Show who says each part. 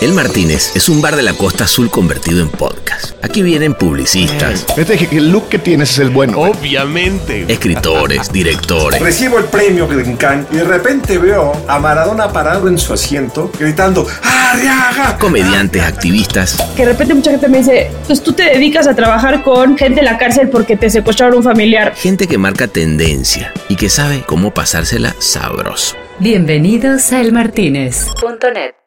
Speaker 1: El Martínez es un bar de la Costa Azul convertido en podcast. Aquí vienen publicistas,
Speaker 2: Este dije que el look que tienes es el bueno. güey.
Speaker 3: Obviamente.
Speaker 1: escritores, directores.
Speaker 4: Recibo el premio Grincán y de repente veo a Maradona parado en su asiento gritando ¡Arriaga!
Speaker 1: Comediantes, activistas,
Speaker 5: que de repente mucha gente me dice, pues tú te dedicas a trabajar con gente en la cárcel porque te secuestraron un familiar.
Speaker 1: gente que marca tendencia y que sabe cómo pasársela sabroso.
Speaker 6: Bienvenidos a elmartinez.net.